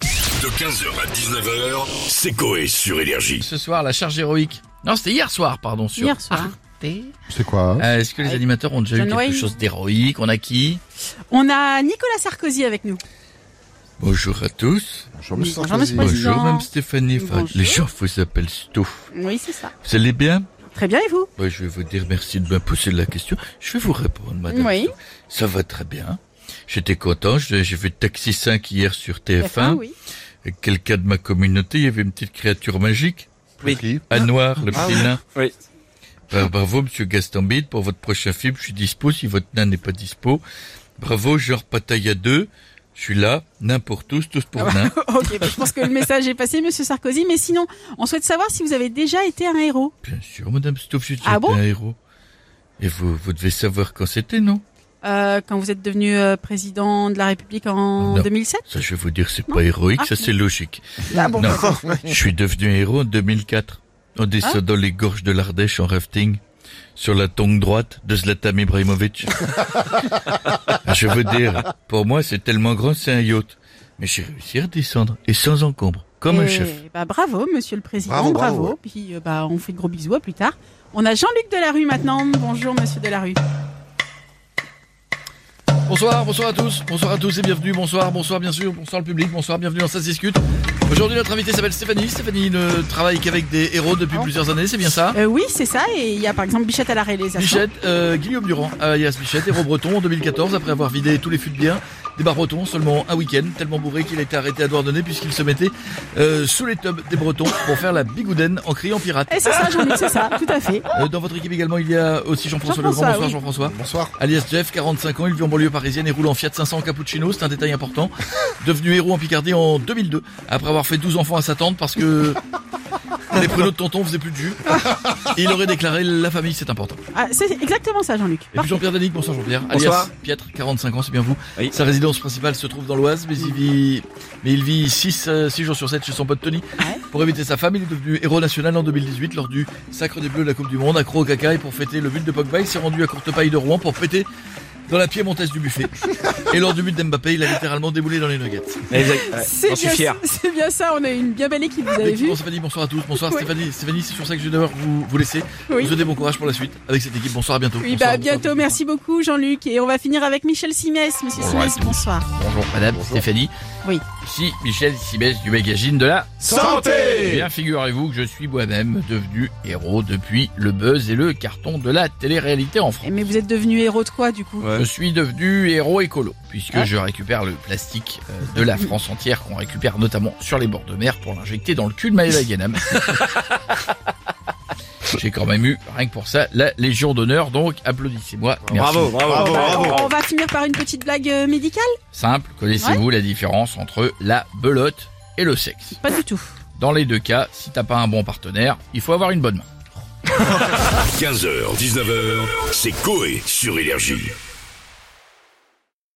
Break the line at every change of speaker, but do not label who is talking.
De 15h à 19h, c'est Coé sur Énergie.
ce soir la charge héroïque. Non, c'était hier soir, pardon, sur
Hier soir.
Arte. Euh,
C'est quoi
Est-ce que les
Avec
animateurs ont déjà eu
John
quelque
Wayne.
chose d'héroïque On a qui
On a Nicolas Sarkozy avec nous.
Bonjour à tous.
Bonjour,
monsieur Bonjour, Sarkozy. monsieur Président.
Bonjour, même Stéphanie. Enfin,
Bonjour.
les gens vous s'appellent Stouff.
Oui, c'est ça.
Vous allez bien
Très bien, et vous
Bah, Je vais vous dire merci de me poser la question. Je vais vous répondre, madame.
Oui.
Stouff. Ça va très bien. J'étais content. J'ai j'ai vu Taxi 5 hier sur
La fin,
TF1.
oui.
Avec Quelqu'un de ma communauté, il y avait une petite créature magique. À noir,
Ah
le petit nain.
Oui.
Bah, bravo, monsieur Gaston Bide, pour votre prochain film. Je suis dispo si votre nain n'est pas dispo. Bravo, genre Pataya 2. Je suis là, nain pour tous, tous pour nain.
ok, bah, je pense que le message est passé, monsieur Sarkozy. Mais sinon, on souhaite savoir si vous avez déjà été un héros.
Bien sûr, madame Stouff, je suis
Ah bon
un héros. Et vous, vous devez savoir quand c'était, non?
Euh, quand vous êtes devenu euh, président de la République en
Non.
2007
Ça, je vais vous dire, c'est pas héroïque,
Ah.
ça, c'est logique.
Ah bon,
Non. Je suis devenu héros en 2004. En descendant
Ah.
les gorges de l'Ardèche en rafting. Sur la tongue droite de Zlatan Ibrahimovic. je veux dire, pour moi, c'est tellement grand, c'est un yacht. Mais j'ai réussi à descendre. Et sans encombre.
Ah,
Comme un
Eh,
chef.
Bah, bravo, monsieur le président. Bravo.
Bravo, bravo, ouais.
Puis euh, bah, on fait de gros bisous à plus tard. On a Jean-Luc Delarue maintenant. Bonjour, monsieur Delarue.
Bonsoir, bonsoir à tous, bonsoir à tous et bienvenue, bonsoir, bonsoir bien sûr, bonsoir le public, bonsoir, bienvenue dans Ça se discute. Aujourd'hui notre invitée s'appelle Stéphanie, Stéphanie ne travaille qu'avec des héros depuis
Oh.
plusieurs années, c'est bien ça
Euh, oui, c'est ça. Et il y a par exemple Bichette à la réalisation.
Bichette, euh, Guillaume Durand, alias Bichette, héros breton en 2014 après avoir vidé tous les fûts de biens des bars bretons seulement un week-end, tellement bourré qu'il a été arrêté à Douarnenez puisqu'il se mettait euh, sous les tubs des bretons pour faire la bigoudaine en criant pirate.
Et Eh, c'est ça, Jean-Luc, c'est ça. Tout à fait.
Euh, dans votre équipe également il y a aussi Jean-François Legrand,
Jean-François,
bonsoir
oui.
Jean-François.
Bonsoir.
Alias Jeff, 45 ans, il vit en banlieue parisienne et roule en Fiat 500 cappuccino, c'est un détail important. Devenu héros en Picardie en 2002, après avoir fait 12 enfants à sa tante parce que les pruneaux de tonton faisaient plus de jus. Il aurait déclaré la famille, c'est important.
Ah, c'est exactement ça, Jean-Luc.
Et puis Jean-Pierre Danique, bonsoir Jean-Pierre. Alias
Bonsoir.
Pietre, 45 ans, c'est bien vous.
Oui.
Sa résidence principale se trouve dans l'Oise, mais il vit, mais il vit 6, jours sur 7 chez son pote Tony. Pour éviter sa femme, il est devenu héros national en 2018 lors du Sacre des Bleus de la Coupe du Monde, accro au caca et pour fêter le but de Pogba, il s'est rendu à Courtepaille de Rouen pour péter dans la piémontaise du buffet. et lors du but d'Mbappé, il a littéralement déboulé dans les nuggets.
C'est
J'en suis
bien,
fier.
c'est bien ça, on a une bien belle équipe, vous avez vu
Effectivement, Stéphanie, bonsoir à tous, bonsoir
Oui.
Stéphanie. Stéphanie, c'est sur ça que je vais devoir vous, vous laisser.
Oui.
Vous souhaitez bon courage pour la suite avec cette équipe. Bonsoir, à bientôt.
Oui, bah
Bonsoir,
à
bonsoir,
bientôt,
bonsoir.
merci beaucoup Jean-Luc. Et on va finir avec Michel Simès. Monsieur
Bonjour à
Simès,
tous.
bonsoir.
Bonjour madame Stéphanie.
Oui.
Si Michel Sibès du magazine de la Eh
Santé
bien, figurez-vous que je suis moi-même devenu héros depuis le buzz et le carton de la télé-réalité en France.
Eh, Mais vous êtes devenu héros de quoi du coup
Ouais.
Je suis devenu héros écolo, puisque
Ah.
je récupère le plastique euh, de la France entière qu'on récupère notamment sur les bords de mer pour l'injecter dans le cul de Maëla Ganam. J'ai quand même eu, rien que pour ça, la Légion d'honneur, donc applaudissez-moi. Merci.
Bravo, bravo, bravo,
On va finir par une petite blague euh, médicale
Simple, connaissez-vous la différence entre la belote et le sexe
Pas du tout.
Dans les deux cas, si t'as pas un bon partenaire, il faut avoir une bonne main.
15h, 19h, c'est Coé sur Énergie.